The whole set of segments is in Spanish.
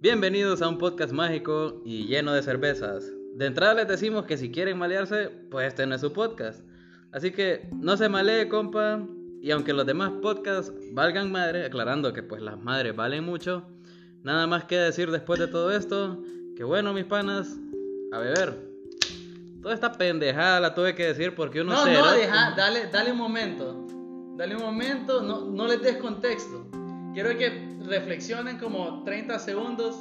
Bienvenidos a un podcast mágico y lleno de cervezas. De entrada les decimos que si quieren malearse, pues este no es su podcast. Así que no se malee, compa. Y aunque los demás podcasts valgan madre, aclarando que pues las madres valen mucho, nada más que decir después de todo esto, que bueno, mis panas, a beber. Toda esta pendejada la tuve que decir porque uno No, cero- no, deja, dale, dale un momento. Dale un momento, no, no les des contexto. Quiero que reflexionen como 30 segundos.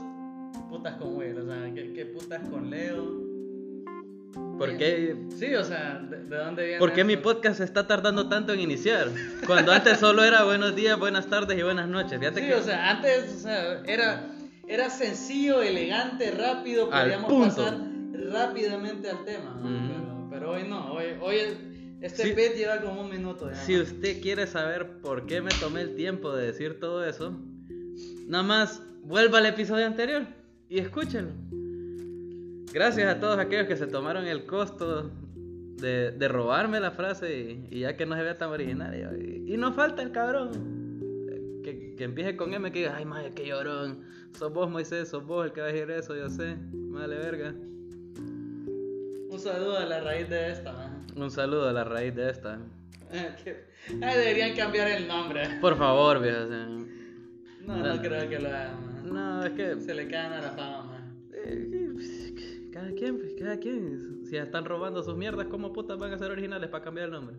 Putas con Will, o sea, ¿qué, qué putas con Leo? ¿Por qué Sí, o sea, ¿de, de dónde viene? ¿Por qué mi esto? podcast se está tardando tanto en iniciar? Cuando antes solo era buenos días, buenas tardes y buenas noches. Fíjate Sí, que o sea, antes o sea, era, era sencillo, elegante, rápido, Al podíamos punto. pasar rápidamente al tema. ¿no? Ujú. pero, pero hoy no, hoy, hoy el- este Sí. pet lleva como un minuto. ya. si usted quiere saber por qué me tomé el tiempo de decir todo eso, nada más vuelva al episodio anterior y escúchenlo. Gracias a todos aquellos que se tomaron el costo de, de robarme la frase y, y ya que no se vea tan originario. Y, y no falta el cabrón eh, que, que empiece con M que diga, ay madre, qué llorón. Sos vos Moisés, sos vos el que va a decir eso, yo sé. Vale verga. Un saludo a la raíz de esta, ¿no? Un saludo a la raíz de esta. Ay, Ah, deberían cambiar el nombre. Por favor, viejo. o sea, No, no creo que lo hagan. man. No, es que. Se le caen a la fama. man. eh, Cada quien, pues, cada quien. Si ya están robando sus mierdas, ¿cómo putas van a ser originales para cambiar el nombre?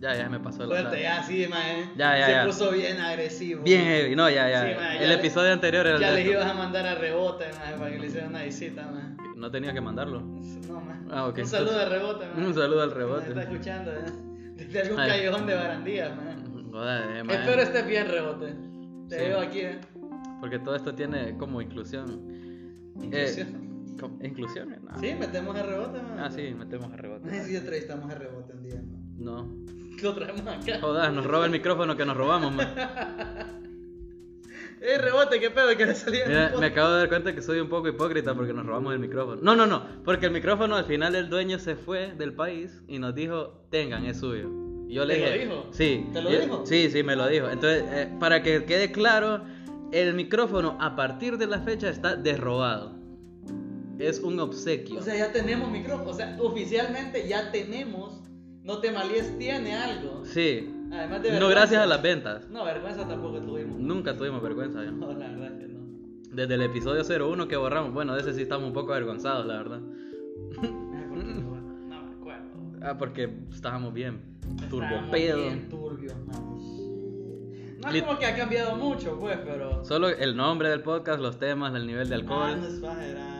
Ya, ya me pasó la. Fuerte, ya sí, man. eh. Ya, ya, Se ya. puso bien agresivo. Bien heavy, no, ya, ya. Sí, ma, ya el le- episodio anterior era el Ya de les esto. ibas a mandar a rebote, man, para que le hicieran una visita, man. No tenía que mandarlo. No, man. Ah, ok. Un saludo al rebote, man. Un saludo al Que rebote. Nos está escuchando, ¿eh? Desde algún Ay. callejón de barandillas, man. Joder, eh, ma, Espero estés bien, rebote. Te Sí. veo aquí, eh. Porque todo esto tiene como inclusión. Eh. Inclusión. ¿Cómo? ¿Inclusión? eh? No. Sí, metemos a rebote, man. Ah, sí, metemos a rebote. No sé si entrevistamos a rebote un día, man. No. Lo traemos acá. Jodas, nos roba el micrófono que nos robamos, man. Eh, rebote, qué pedo, que le salía. en el Mira, podcast. me acabo de dar cuenta que soy un poco hipócrita porque nos robamos el micrófono. No, no, no, porque el micrófono al final el dueño se fue del país y nos dijo, tengan, es suyo. Y yo le ¿Te lo dije, dijo? sí. ¿Te lo yo- dijo? Sí, sí, me lo dijo. Entonces, eh, para que quede claro, el micrófono a partir de la fecha está desrobado. Es un obsequio. O sea, ya tenemos micrófono. O sea, oficialmente ya tenemos. No te malíes, tiene algo. sí. Además de No vergüenza. gracias a las ventas. No, vergüenza tampoco tuvimos. Nunca tuvimos vergüenza. ¿no? No, la verdad que no. Desde el episodio 01 que borramos, bueno, de ese sí estamos un poco avergonzados, la verdad. Ay, ¿por qué Ah, Mm. no? No me acuerdo. Ah, porque estábamos bien. Estábamos Turbopedo. bien turbios, man. No es Lit- como que ha cambiado mucho, pues, pero. Solo el nombre del podcast, los temas, el nivel de Ah, no alcohol. es faja, era.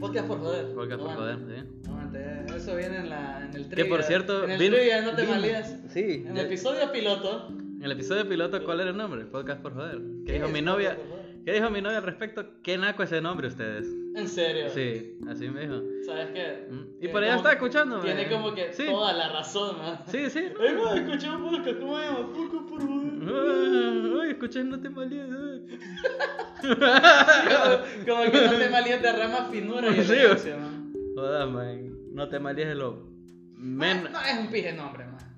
Podcast por joder. Podcast por No, joder, man. sí. No, man, te- Eso viene en, la, en el Que trivia. por cierto, En el Vin- trivia, no te Vin- malías. Sí. En el ya- episodio piloto. en el episodio piloto, ¿cuál era el nombre? Podcast por joder. ¿Qué dijo es mi novia? Podcast por Joder? ¿Qué dijo mi novia al respecto? ¿Qué naco ese nombre ustedes? En serio. Sí, así me dijo. ¿Sabes qué? Mm, y Tiene por allá está como que- escuchándome. Tiene como que eh. Sí. toda la razón, man. Sí, sí. Ay, man, escuché un podcast, ¿cómo se llama? Poco por favor. Ah, Ay, escuché, no te malíes. ay. Como que no te malías de rama finura y Sí, elegancia, man. Joda, man. No te malíes es lo menos. Ah, No, es un pije nombre, man.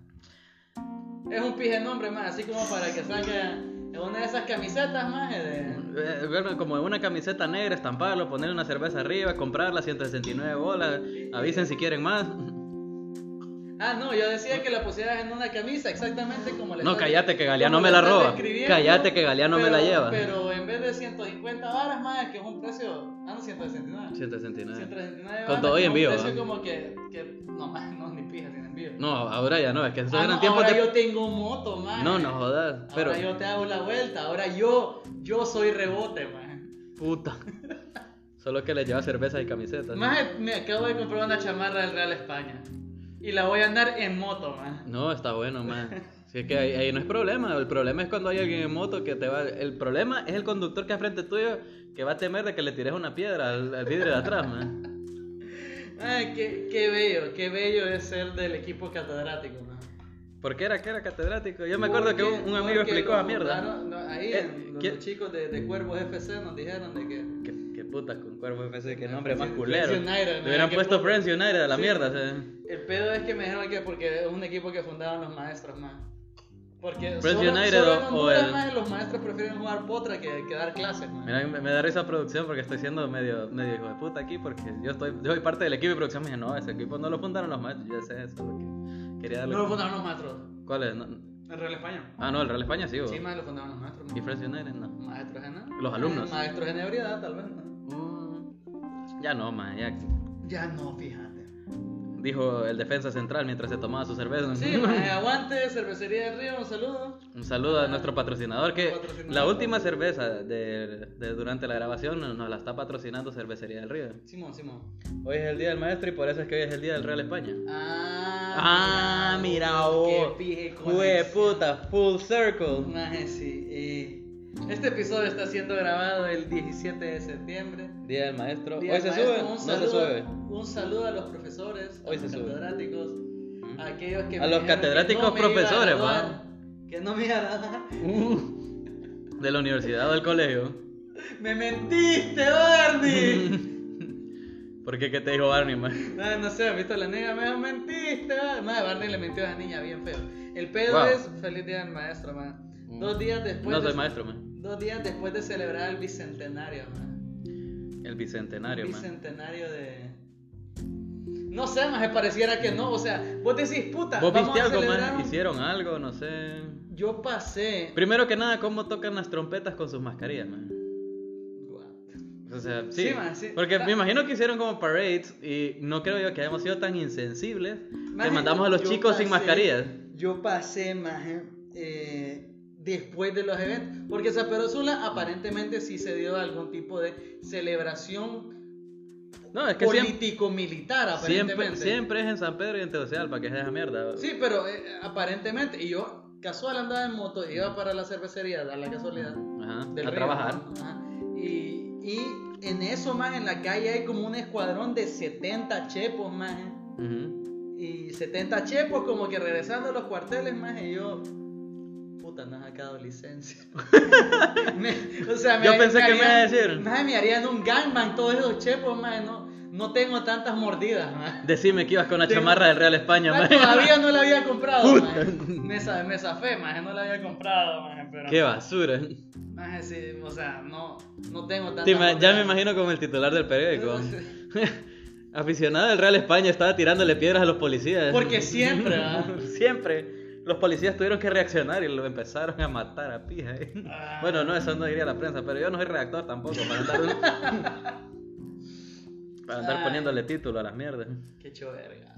Es un pije nombre, man. Así como para que salga en una de esas camisetas, man. De... Eh, Bueno, como una camiseta negra, estamparlo, poner una cerveza arriba, comprarla, 169 bolas, avisen si quieren más. Ah, no, yo decía que la pusieras en una camisa, exactamente como la No, estás- cállate, que Galeano como me la estás roba. describiendo, Cállate, que Galeano me pero- la lleva. Pero en vez de 150 varas, más, que es un precio. Ah, no, 169. 169. 139 Con varas, todo que y es un envío, precio ¿va? como que. que no, más, no, ni pija, sin envío. No, ahora ya no, es que esos Ah, eran no, tiempos ahora de... yo tengo moto, man. No, no jodas, pero... Ahora yo te hago la vuelta, ahora yo, yo soy rebote, man. Puta. Solo que le lleva cerveza y camiseta. ¿no? Más, me acabo de comprar una chamarra del Real España. Y la voy a andar en moto, man. No, está bueno, man. Si es que ahí, ahí no es problema, el problema es cuando hay alguien en moto que te va... El problema es el conductor que al frente tuyo que va a temer de que le tires una piedra al, al vidrio de atrás, man. Ay, qué, qué bello, qué bello es ser del equipo catedrático, ¿no? ¿Por qué era que era catedrático? Yo me acuerdo que Porque- un, un amigo porque explicó lo a mierda. juzgaron- no, ahí, Eh, los ¿quién? chicos de, de Cuervos FC nos dijeron de que... Qué, qué putas con cuervo FC, qué nombre más Friends culero. United, Te man, hubieran qué puesto putas. Friends United a la Sí. mierda. o sea. El pedo es que me dijeron que porque es un equipo que fundaron los maestros, más. Porque Pero es solo, United solo en o- o Honduras, el- mae, los maestros prefieren jugar potra que, que dar clases, mae. Mira, me, me da risa producción porque estoy siendo medio, medio hijo de puta aquí porque yo estoy yo soy parte del equipo y producción me dice, no, ese equipo no lo fundaron los maestros, yo ya sé eso, lo que quería darle. No lo fundaron los maestros. ¿Cuál es? No- En Real España. ah, no, el Real España sí, vos. Sí, mae, lo fundaron los maestros. mae. y Friends United no. Maestros en nada. Los alumnos. Maestros en ebriedad, tal vez. ¿no? Mm, ya no, man, ya. Ya no, fíjate. Dijo el defensa central mientras se tomaba su cerveza. Sí, mae, aguante, cervecería del río, un saludo. Un saludo a nuestro patrocinador que Patrocinador. la última cerveza de, de- durante la grabación nos, nos la está patrocinando Cervecería del Río. Simón, Simón. Hoy es el Día del Maestro y por eso es que hoy es el Día del Real España. Ah, Ah, mira vos. Qué pije Jue conexión. puta, full circle. Mae, sí, eh, Este episodio está siendo grabado el 17 de septiembre. Día del Maestro. Día hoy del se maestro, sube, no un se saludo- sube. Un saludo a los profesores, Hoy a se los sube. catedráticos, Ujú. a aquellos que A los me dijeron que catedráticos no me iba a profesores, graduar, va. Que no me iba a graduar. Uh. De la universidad o del colegio. ¡Me mentiste, Barney! ¿Por qué qué te dijo Barney, man? no, no sé, ¿has visto la niña? ¡Me mentiste! Barney! Madre, Barney le mintió a esa niña bien feo. El pedo Wow. es feliz día del maestro, man. Dos días después. Mm. No soy de- maestro, man. Dos días después de celebrar el bicentenario, man. El bicentenario, man. bicentenario de. No sé, más pareciera que no. O sea, vos decís, puta, ¿Vos vamos viste a algo, celebrar man? un- ¿Hicieron algo? No sé. Yo pasé. Primero que nada, ¿cómo tocan las trompetas con sus mascarillas, man? What? O sea, sí. Sí, man, sí. Porque Ta- me imagino que hicieron como parades y no creo yo que hayamos sido tan insensibles que Maje, mandamos a los yo chicos sin pasé- mascarillas. Yo pasé, más después de los eventos. Porque Zaperozula aparentemente sí se dio algún tipo de celebración No, es que siempre, político-militar, aparentemente. siempre, siempre es en San Pedro y en Tegucigalpa que es esa mierda. Sí, pero eh, aparentemente. Y yo, casual, andaba en moto, iba para la cervecería, a la casualidad. Ajá, del a río, trabajar. ¿no? Ajá. Y, y en eso, más en la calle hay como un escuadrón de 70 chepos, más. Ujú. Y 70 chepos como que regresando a los cuarteles, más. Y yo, puta, no has sacado licencia. Me- o sea, Yo pensé que me iba a decir. Más me harían un gangbang todos esos chepos, más. No, no tengo tantas mordidas, maje. Decime que ibas con la Tengo- chamarra del Real España, Maje, man. Todavía no la había comprado, Puta. maje. me, sa- me zafé, maje, no la había comprado, maje, pero... Qué basura. Maje, sí, o sea, no, no tengo tantas Sí, ma- ya mordidas. me imagino como el titular del periódico. Aficionado del Real España estaba tirándole piedras a los policías. Porque siempre, ¿ah? ¿verdad? siempre. Los policías tuvieron que reaccionar y lo empezaron a matar a pija. ¿eh? Ah. Bueno, no, eso no diría la prensa, pero yo no soy redactor tampoco para andar, para andar Ay. poniéndole título a las mierdas. Qué choverga.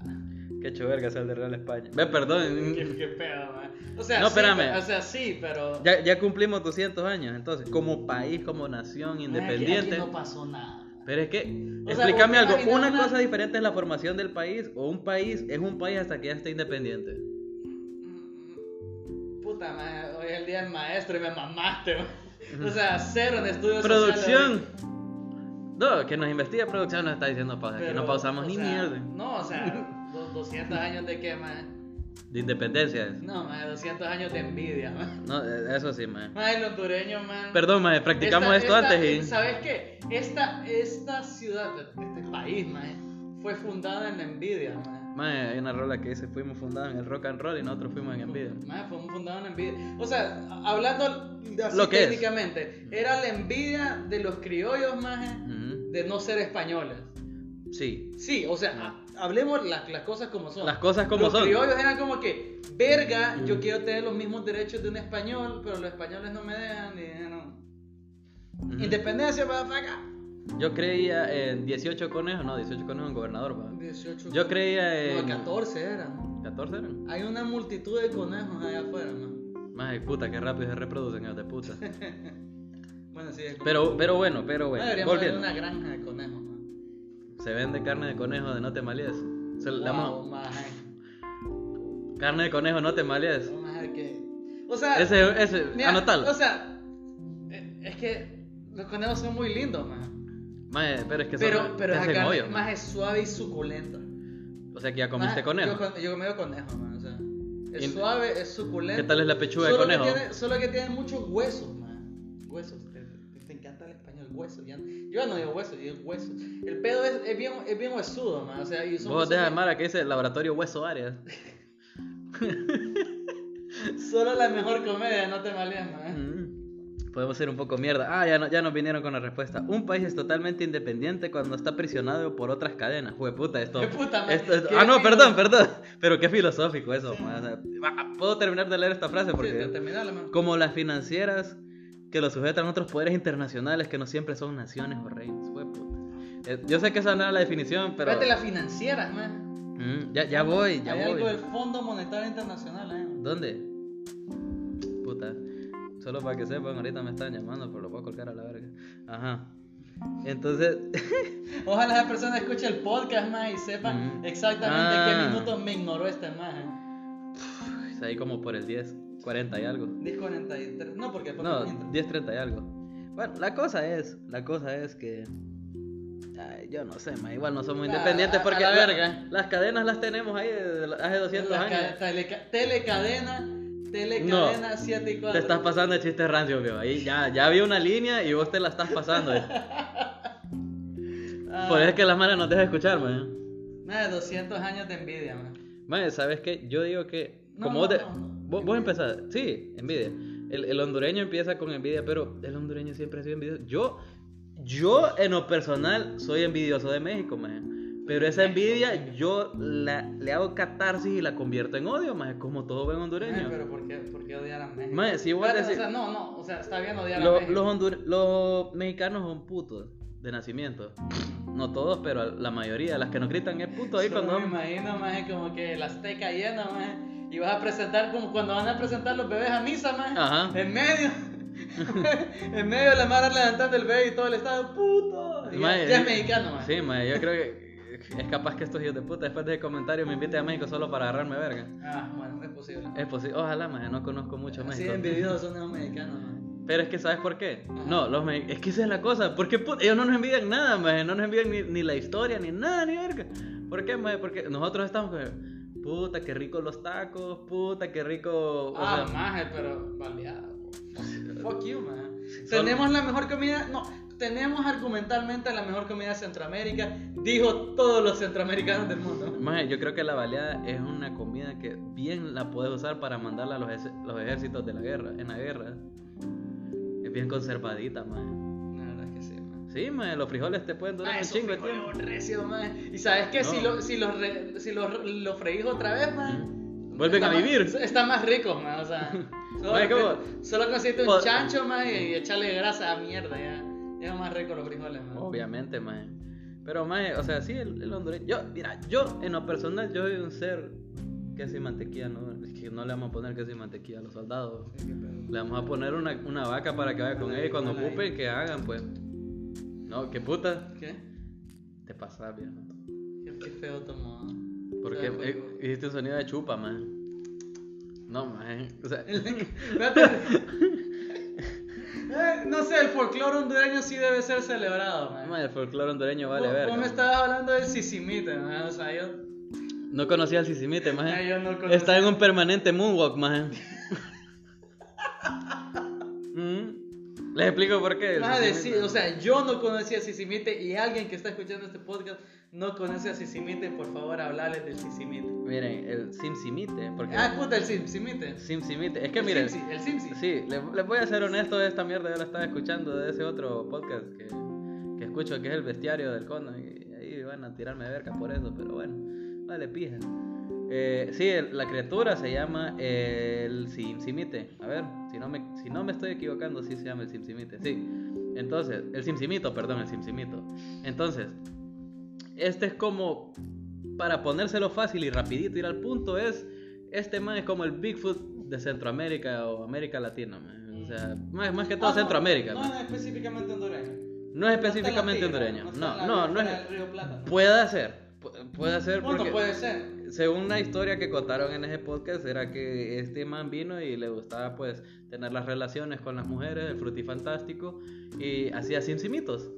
Qué hecho verga sea el de Real España. Ve, perdón. Qué, qué pedo, man. O sea, No, sí, espérame. pero- O sea, sí, pero. Ya, ya cumplimos 200 años, entonces, como país, como nación Ay, independiente. aquí no pasó nada. Pero es que, O sea, explícame vos algo, te una imaginas una- cosa diferente es la formación del país, o un país es un país hasta que ya esté independiente. Puta, man, hoy es el día del maestro y me mamaste, man. O sea, cero en estudios Producción. sociales. No, que nos investiga producción nos está diciendo pausa, que Pero, no pausamos o ni sea, mierda. No, o sea, do- 200 años de qué, man. De independencia. es. No, man, 200 años de envidia, man. No, eh, eso sí, man. Man, el hondureño, man. Perdón, mae, practicamos Esta- esto esta- eh, antes y... ¿Sabes qué? Esta, esta ciudad, este país, mae, fue fundada en la envidia, mae. Mae, hay una rola que dice, fuimos fundados en el rock and roll y nosotros fuimos en envidia. Mae, Ah, fue fundada en la envidia. O sea, a- hablando de así Lo que es. técnicamente, era la envidia de los criollos, mae, Ujú. de no ser españoles. Sí. Sí, o sea, ha- hablemos las, las cosas como son. Las cosas como los son. criollos eran como que, verga, yo Ujú. quiero tener los mismos derechos de un español, pero los españoles no me dejan. Y, no. Ujú. Independencia, acá Yo creía en 18 conejos, no, 18 conejos en gobernador, va. 18 Yo creía en... No, 14 era. 14 eran. Hay una multitud de conejos allá afuera, man. Mae, puta, qué rápido se reproducen hijos de puta. Bueno, sí, es como- Pero, pero bueno, pero Ah, bueno. deberíamos hacer Volviendo. una granja de conejos, man. Se vende carne de conejo de no te malíes. Se la- Wow, mo- maje. Carne de conejo no te malíes. Maje, que- O sea, Ese, ese, mira, anotalo. O sea, eh, es que los conejos son muy lindos, man. Mae, pero es que Pero, son, te pero esa hacen carne hoyo, mae. más es suave y suculenta. O sea que ya comiste Maje, conejo. Yo, con- yo comí conejo, man. O sea, es Y- suave, es suculento. ¿Qué tal es la pechuga de Solo que conejo? tiene- solo que tiene muchos huesos, man. Huesos. Te, te- te encanta el español, huesos. Ya, yo ya no digo huesos, yo digo huesos. El pedo es, es bien, es bien huesudo, man. O sea, y son Vos huesos deja de que- Mara que dice laboratorio hueso Arias. Solo la mejor comedia, no te malees, ¿eh? Mm. Podemos ser un poco mierda. Ah, ya, no, ya nos vinieron con la respuesta. Un país es totalmente independiente cuando está prisionado por otras cadenas. Jueputa, esto. Jue puta, man. esto- esto- Qué ah, no, filo- perdón, perdón. Pero qué filosófico eso. man. O sea, ah, Puedo terminar de leer esta frase porque. Sí, terminala, man. como las financieras que lo sujetan a otros poderes internacionales que no siempre son naciones o reinos. Jueputa. Eh, Yo sé que esa no era la definición, pero. Fíjate las financieras, man. Mm, ya, ya voy, ya Hay voy. algo del Fondo Monetario Internacional, ¿eh? ¿Dónde? Puta. Solo para que sepan, ahorita me están llamando, pero lo voy a colgar a la verga. Ajá. Entonces, Ojalá esa persona escuche el podcast, man, y sepa Ujú. exactamente Ah. qué minutos me ignoró este, man. ahí como por el 10, 40 y algo. 10.43. No, porque después No, no entra. 10, 30 y algo. Bueno, la cosa es, la cosa es que... Ay, yo no sé, ma, igual no somos Ah, independientes a- a porque la la- verga. las cadenas las tenemos ahí desde la- hace 200 La años. ca- teleca- telecadena, telecadena 7 y 4. Te estás pasando el chiste rancio, viejo. Ahí ya, ya había una línea y vos te la estás pasando. eh. Ah, Por eso es que las malas nos deja escuchar, ¿eh? man. nada, 200 años de envidia, man. Mae, ¿sabes qué? Yo digo que. No, Como no, vos, te- no, no. vos, vos empezás. Sí, envidia. El, el hondureño empieza con envidia, pero el hondureño siempre ha sido envidioso. Yo, yo en lo personal, soy envidioso de México, mae. Pero esa envidia yo la, le hago catarsis y la convierto en odio, mae. Como todo buen Ay, hondureño. pero ¿por qué, ¿por qué odiar a México? Mae, si vos Espérate, decís- O sea, no, no, o sea, está bien odiar a Lo- México. los, hondur- los mexicanos son putos de nacimiento. No todos, pero la mayoría. Las que nos gritan es puto ahí Solo cuando. me imagino, maje, como que la azteca llena, maje, y vas a presentar como cuando van a presentar los bebés a misa, maje, Ajá. en medio, en medio de la mara levantando el bebé y todo el estado, puto, Y ya, Mae, ya sí. es mexicano, maje. Sí, mae, yo creo que es capaz que estos hijos de puta después de ese comentario me inviten a México solo para agarrarme verga. Ah, bueno, es posible. Es posible, ojalá, mae, no conozco mucho a Así México. de envidiosos son los mexicanos, maje. Pero es que, ¿sabes por qué? Ajá. No, los me- es que esa es la cosa. Porque put- ellos no nos envidian nada, mae, no nos envidian ni, ni la historia, ni nada, ni verga. ¿Por qué, mae? Porque nosotros estamos con. Puta, qué rico los tacos, puta, qué rico. o Ah, sea, maje, pero baleado. Fuck you, maje. Solo- Tenemos la mejor comida, no, tenemos argumentalmente la mejor comida de Centroamérica, dijo todos los centroamericanos del mundo. maje. Mae, yo creo que la baleada es una comida que bien la puedes usar para mandarla a los, ej- los ejércitos de la guerra, en la guerra. Es bien conservadita, mae. La verdad es que sí, maje. Sí, mae, los frijoles te pueden durar Ah, un esos chingo de frijoles tiempo. son recios, mae. Y sabes que si No. los si los re- si los lo freís otra vez, mae, Vuelven está a más- vivir. está más rico, mae, o sea. Solo, Mae, ¿cómo? solo consiste un Pod- chancho, mae, y echarle grasa a mierda, ya. Ya es más rico los frijoles, mae. Obviamente, mae. Pero, mae, o sea, sí, el, el hondureño. Yo, mira, yo en lo personal, yo soy un ser que sin mantequilla, no, es que no le vamos a poner que sin mantequilla a los soldados. Le vamos a poner una, una vaca para que vaya con ellos y cuando ocupen, que hagan, pues. No, qué puta. ¿Qué? Te pasas, viejo. Qué- Qué feo tomó. Porque O sea, eh, hiciste un sonido de chupa, man. No, man. O sea, Espérate. Eh, No sé, el folclore hondureño sí debe ser celebrado, mae. man, el folclore hondureño vale Vos- verga. Vos me man. estabas hablando del sisimite, mae, o sea, yo No conocía al Sisimite, man. Ay, yo no conocía. Está en un permanente moonwalk, man. Mm. Les explico por qué. el Vas a decir, Sisimite. Ah, o sea, yo no conocía a Sisimite y alguien que está escuchando este podcast no conoce a Sisimite, por favor, hablarles del Sisimite. Miren, el Simsimite. Porque Ah, puta, el Simsimite. Simsimite. Es que miren. El Simsi, el Simsi. Sí, le- les voy a ser honesto, esta mierda yo la estaba escuchando de ese otro podcast que, que escucho que es el bestiario del cono y ahí van a tirarme de verga por eso, pero bueno, vale pija. Eh, sí, el- la criatura se llama el simsimite. A ver, si no me, si no me estoy equivocando, sí se llama el simsimite. Sí. Entonces, el simsimito, perdón, el simsimito. Entonces, este es como para ponérselo fácil y rapidito ir al punto es este man es como el Bigfoot de Centroamérica o América Latina, man. o sea, más, más que todo Ah, no, Centroamérica. No, man. no, específicamente hondureño. No es específicamente No está en la hondureño. tierra, No, no, no está en la- fuera del es. Río Plata. Puede ser, pu- puede ser Bueno, porque puede ser. según la historia que contaron en ese podcast era que este man vino y le gustaba pues tener las relaciones con las mujeres, el frutifantástico y hacía simsimitos.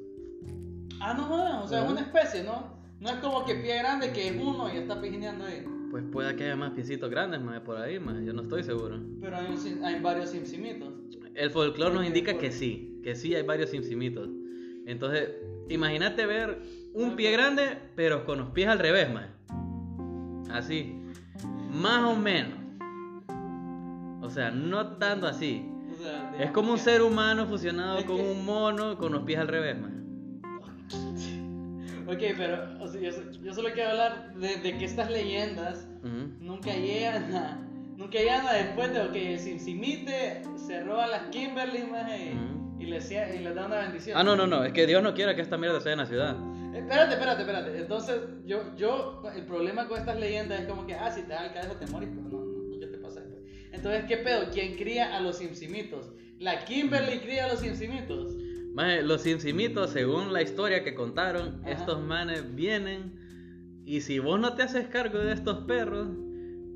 Ah, no, jodan, o sea, es Ujú. una especie, ¿no? No es como que pie grande que es uno y está pijineando ahí. Pues pueda que haya más piecitos grandes más por ahí, más yo no estoy seguro. Pero hay, un sim- hay varios simsimitos. El folclore nos indica que sí, que sí hay varios simsimitos. Entonces, imagínate ver un pie grande, pero con los pies al revés, man. Así. Más o menos. O O sea, no tanto así. O sea, Es digamos como un que- ser humano fusionado Es con que- un mono con los pies al revés, man. Ok, pero o sea, yo, so- yo solo quiero hablar de, de que estas leyendas Ujú. nunca llegan a. Nunca llegan a después de que el Simsimite se roba las Kimberly maje, y, Ujú. y, les, y les da una bendición. Ah, no, no, no. Es que Dios no quiera que esta mierda sea en la ciudad. Espérate, espérate, espérate. Entonces, yo, yo, el problema con estas leyendas es como que, ah, si te da el cadejo te morís, pero no, no, no, ¿qué te pasa después? Entonces, ¿qué pedo? ¿Quién cría a los simsimitos? La Kimberly cría a los simsimitos. Maje, los simsimitos, según la historia que contaron, Ajá. estos manes vienen y si vos no te haces cargo de estos perros,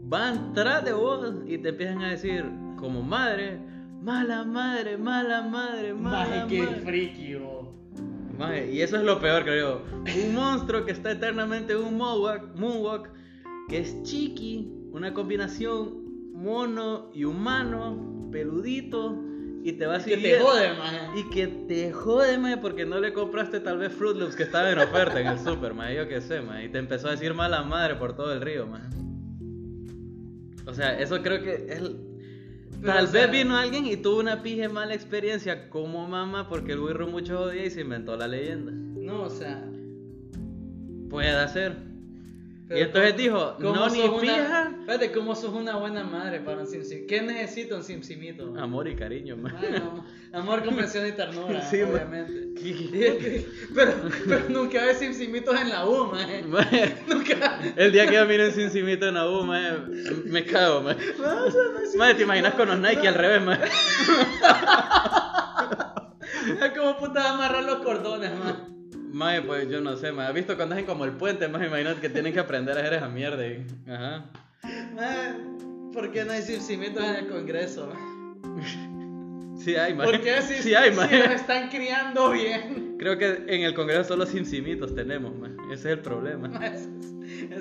van tras de vos y te empiezan a decir, como madre, mala madre, mala madre, mala Maje, qué madre. friki, bo. Maje, y eso es lo peor, creo. Un monstruo que está eternamente en un moonwalk, moonwalk, que es chiqui, una combinación mono y humano, peludito, y te va a Que te jode, maje. y que te jode, mae, porque no le compraste tal vez Fruit Loops que estaban en oferta en el super, mae, yo qué sé, mae. Y te empezó a decir mala madre por todo el río, mae. O sea, eso creo que es... Pero, Tal o sea- vez vino alguien y tuvo una pije mala experiencia como mamá porque el burro mucho odia y se inventó la leyenda. No, o sea. Puede ser. pero y entonces ¿cómo- dijo, cómo no ni sos una- pija. Espérate, ¿cómo sos una buena madre para un simsimito? ¿Qué necesita un simsimito? maje? Amor y cariño, mae. Maje, no. Amor, comprensión y ternura, Sí, maje. obviamente. pero, pero nunca ves simsimitos en la U, maje. Mae, Nunca. El día que yo miro en Cincimito en AU, mae, me cago, mae. Mae, ¿te imaginas con los Nike al revés, mae? ¿Cómo puta amarrar los cordones, man? Mae, pues yo no sé, mae. ¿Has visto cuando hacen como el puente, mae? Imagínate que tienen que aprender a hacer esa mierda. y- Ajá. Man, ¿Por qué no hay simsimitos en el Congreso? man? Sí hay, mae. ¿Por qué si, Sí hay, si mae. nos están criando bien? Creo que en el Congreso solo Cincimitos tenemos, mae. Ese es el problema. Man, Esos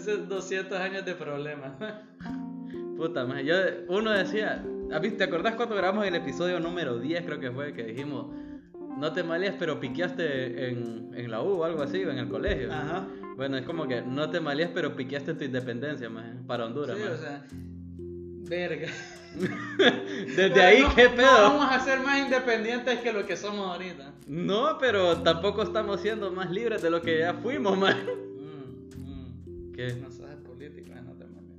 esos 200 años de problemas. man. Puta, mae. Yo, uno decía... ¿has visto- ¿Te acordás cuando grabamos el episodio número 10, creo que fue, que dijimos... No te maleas, pero piqueaste en, en la U o algo así, o en el colegio. Ajá. Bueno, es como que no te malías, pero piqueaste tu independencia, maje, para Honduras, Sí, maje. o sea. Verga. Desde ahí, No- ¿qué no pedo? No, vamos a ser más independientes que lo que somos ahorita. pero tampoco estamos siendo más libres de lo que ya fuimos, maje. Mm, mm. Que Mensajes políticos, no te mames.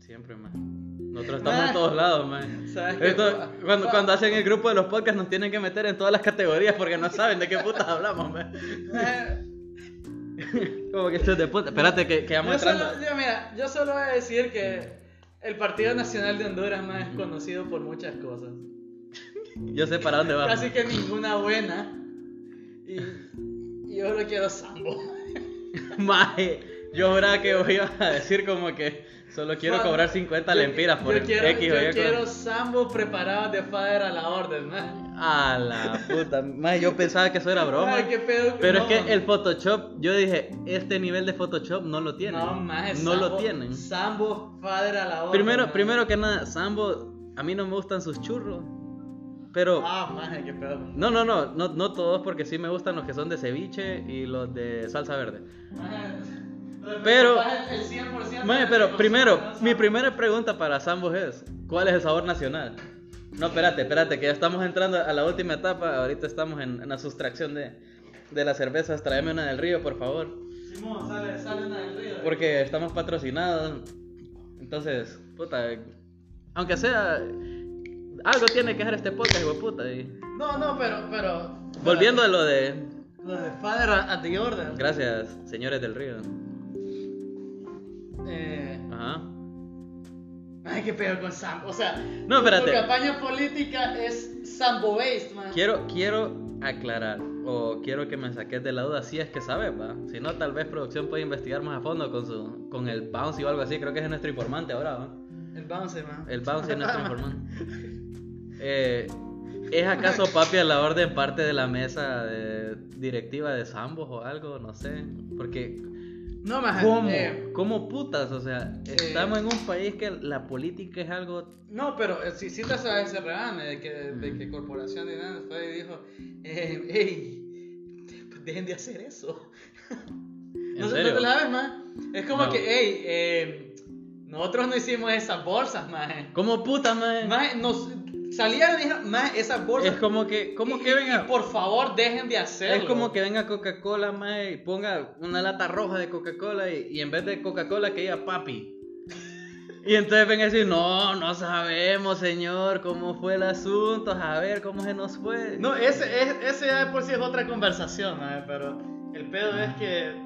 siempre, maje. Nosotros estamos Maje. en todos lados, maje. ¿Sabes Ah. qué? Ah, Esto- Fu- cuando, fu- cuando hacen el grupo de los podcasts nos tienen que meter en todas las categorías porque no saben de qué putas hablamos, maje. Eh, Como que esto es de puta. Espérate, que, que vamos Yo entrando. solo, yo, mira, yo solo voy a decir que el Partido Nacional de Honduras más es conocido por muchas cosas. Yo sé para dónde vamos. Casi que ninguna buena. Y, y yo lo quiero sambo. Maje, yo juraba que vos ibas a decir como que solo quiero Mano, cobrar 50 Yo- lempiras por yo quiero, X o Yo Y cosa. quiero sambo preparados de Fader a la orden, man. A la puta, maje, yo pensaba que eso era broma. Ay, qué pedo. Pero no. es que el Photoshop, yo dije, este nivel de Photoshop no lo tienen. No, maje, No lo sambo- tienen. Sambo Fader a la orden. Primero, maje. primero que nada, Sambo, a mí no me gustan sus churros. Pero Ah, maje, qué pedo. no, no, no, no, no todos porque sí me gustan los que son de ceviche y los de salsa verde. Maje, Pero- el 100% Mae, de pero los primero, sambo. mi primera pregunta para Sambo es, ¿cuál es el sabor nacional? No, espérate, espérate, que ya estamos entrando a la última etapa, ahorita estamos en, en la sustracción de, de las cervezas, tráeme una del río, por favor, Simón, sale, sale una del río. porque estamos patrocinados, entonces, puta, aunque sea, algo tiene que hacer este podcast, hijo de puta, y No, no, pero, pero. volviendo a lo de, Lo de Father at the Order. gracias, señores del río, Eh, ajá, ay, qué pedo con Sam. O sea, No, espérate. tu campaña política es Sambo based, man. Quiero, quiero aclarar, o quiero que me saques de la duda si es que sabes, ¿va? Si no, tal vez producción puede investigar más a fondo con su con el bouncy o algo así. Creo que es nuestro informante ahora, ¿va? El bounce, man. El bouncy es nuestro informante. Eh, ¿Es acaso papi a la orden parte de la mesa de- directiva de Sambos o algo? No sé. Porque, No, eh, más. ¿cómo? ¿Cómo putas? O sea, Ah, eh. estamos en un país que la política es algo no, pero eh, si citas a ese reban de que, de que Corporación de Nada fue y dijo: eh, ¡Ey! Dejen de hacer eso. ¿En No, sé, no serio? te la ves, man. Es como No. que, hey, eh, no Nosotros no hicimos esas bolsas, maje. ¿Cómo puta, mae? Maje, nos salieron y dijeron, maje, esas bolsas. Es como que, como Y- que y- venga. y por favor, dejen de hacerlo. Es como que venga Coca-Cola, mae, y ponga una lata roja de Coca-Cola y, y en vez de Coca-Cola que diga papi. Y entonces venga a decir, no, no sabemos, señor, cómo fue el asunto, a ver cómo se nos fue. No, ese, eh, es- ese ya de por sí es otra conversación, maje, pero el pedo es que...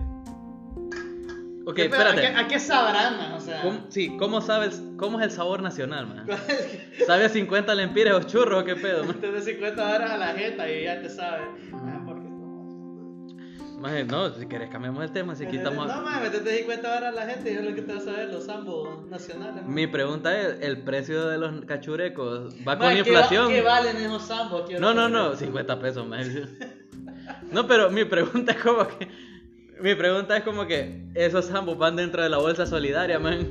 ok, ¿Qué pedo? ¿A espérate. qué- ¿A qué sabrán, maje? O sea... ¿Cómo- sí, ¿cómo sabes cómo es el sabor nacional, mae? es que ¿Sabe a 50 lempiras o churros o qué pedo, mae? Te das 50 horas a la jeta y ya te sabes. Ah, porque no. Mae, no, si querés cambiamos el tema, si aquí estamos... Eh, No mames, te das 50 horas a la gente y yo lo que te vas a ver los ambos nacionales. Mi pregunta es, ¿el precio de los cachurecos va con Mae, ¿qué va- inflación? ¿Qué, valen esos zambos? Quiero No, no, saber. no, 50 pesos más. No, pero mi pregunta es como que. Mi pregunta es como que esos ambos van dentro de la bolsa solidaria, man.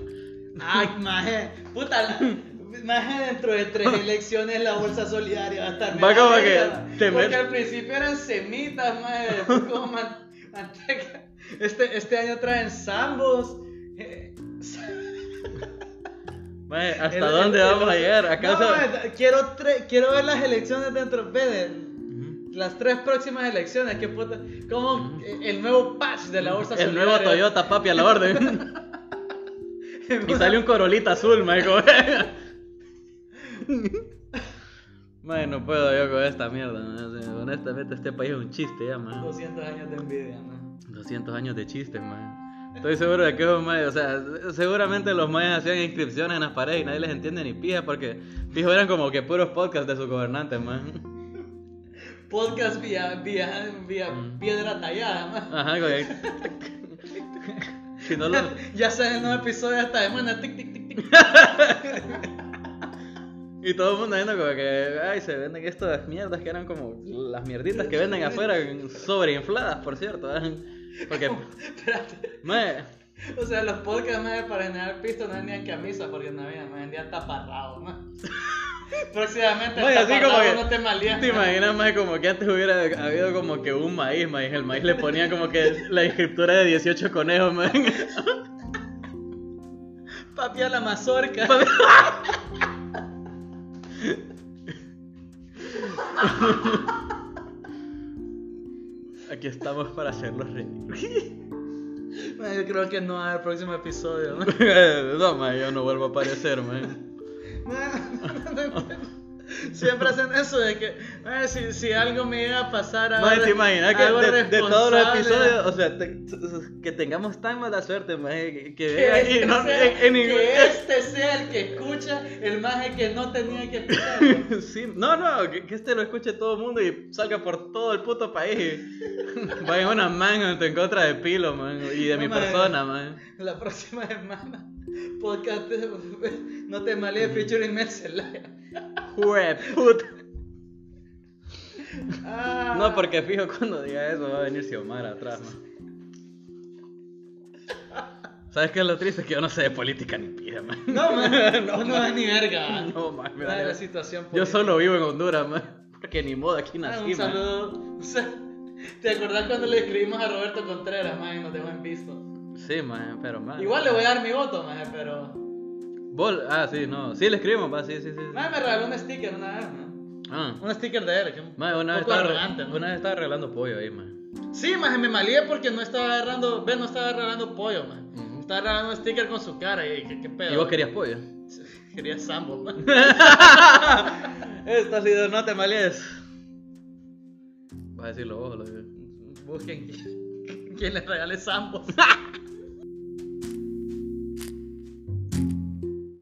Ay, maje. Puta, la- maje, dentro de tres elecciones la bolsa solidaria va a estar. Va mega como verga, que te Porque met- al principio eran semitas, maje. después como man- manteca. Este, este año traen zambos. eh, Man, ¿Hasta El- dónde el- el- vamos a llegar? ¿Acaso? No, mames, quiero, tre- quiero ver las elecciones dentro ve, de Ujú. las tres próximas elecciones. ¿Qué puta? ¿Cómo eh, el nuevo patch de la bolsa El nuevo solidaria? Toyota, papi, a la orden. Y sale un corolita azul, man. como- Man, no puedo yo con esta mierda, man. O sea, Honestamente, este país es un chiste ya, man. 200 años de envidia, man. 200 años de chistes, man. Estoy seguro de que esos mayas, o sea, seguramente los mayas hacían inscripciones en las paredes y nadie les entiende ni pija porque, fijo, eran como que puros podcasts de sus gobernantes, man. Podcast vía, vía, vía Mm. piedra tallada, man. Ajá, güey. Si no lo... ya sale el nuevo episodio hasta de mañana. Tic, tic, tic, tic. Y todo el mundo viendo como que, ay, se venden estas mierdas que eran como las mierditas que venden afuera, sobreinfladas, por cierto, ¿eh? Porque, Espérate. mae, O sea, los podcasts más para generar pisto no vendían camisas porque no había, me vendían taparrabos, man. Próximamente, Mae, el así como taparrabo que- no te malías. ¿Te imaginas más como que antes hubiera habido como que un maíz, maíz? El maíz le ponía como que la escritura de 18 conejos, man. Papi a la mazorca. Aquí estamos para hacerlos reír. Bueno, Yo creo que no va a haber próximo episodio. ¿no? No, man, yo no vuelvo a aparecer, man. Siempre hacen eso de que "Ah, si, si algo me iba a pasar a Man, ¿te imaginas que de, de todos los episodios, o sea, te- que tengamos tan mala suerte, man, que, que que, venga y este eh, no, sea, en, en ningún- que este sea el que escucha el maje que no tenía que escuchar. Sí, no, no, que, que este lo escuche todo el mundo y salga por todo el puto país. Vaya una mano en contra de Pilo, man, y de mi No, man. persona, man. La próxima semana, podcast de- No te malíes featuring Mel Zelaya. Jue puta. Ah. No, porque fijo cuando diga eso va a venir Xiomara atrás, man. ¿Sabes qué es lo triste? Que yo no sé de política ni pija, man. No, man, no, no es ni verga. No, man, me Nada de vale. la situación Yo política. solo vivo en Honduras, man. Porque ni modo aquí Ah, nací, man. un saludo. O sea, ¿Te acordás cuando le escribimos a Roberto Contreras, man? Y nos dejó en visto. Sí, man, pero man. Igual le voy a dar mi voto, man, pero. Vol- ah, sí, no. Sí, le escribimos, va, sí, sí, sí. sí. Man, me regaló un sticker una vez, man. Ah. Un sticker de él, que un Man, una, vez poco estaba, arrogante, man. una vez estaba arreglando pollo ahí, man. Sí, man, me malía porque no estaba agarrando. Ve, no estaba agarrando pollo, man. Ujú. Estaba agarrando un sticker con su cara y qué, qué pedo. ¿Y vos querías pollo? Quería Sambo, man. Esto ha sido No te malies. Vas a decirlo vos, lo digo. Busquen quién, quién les regale Sambo.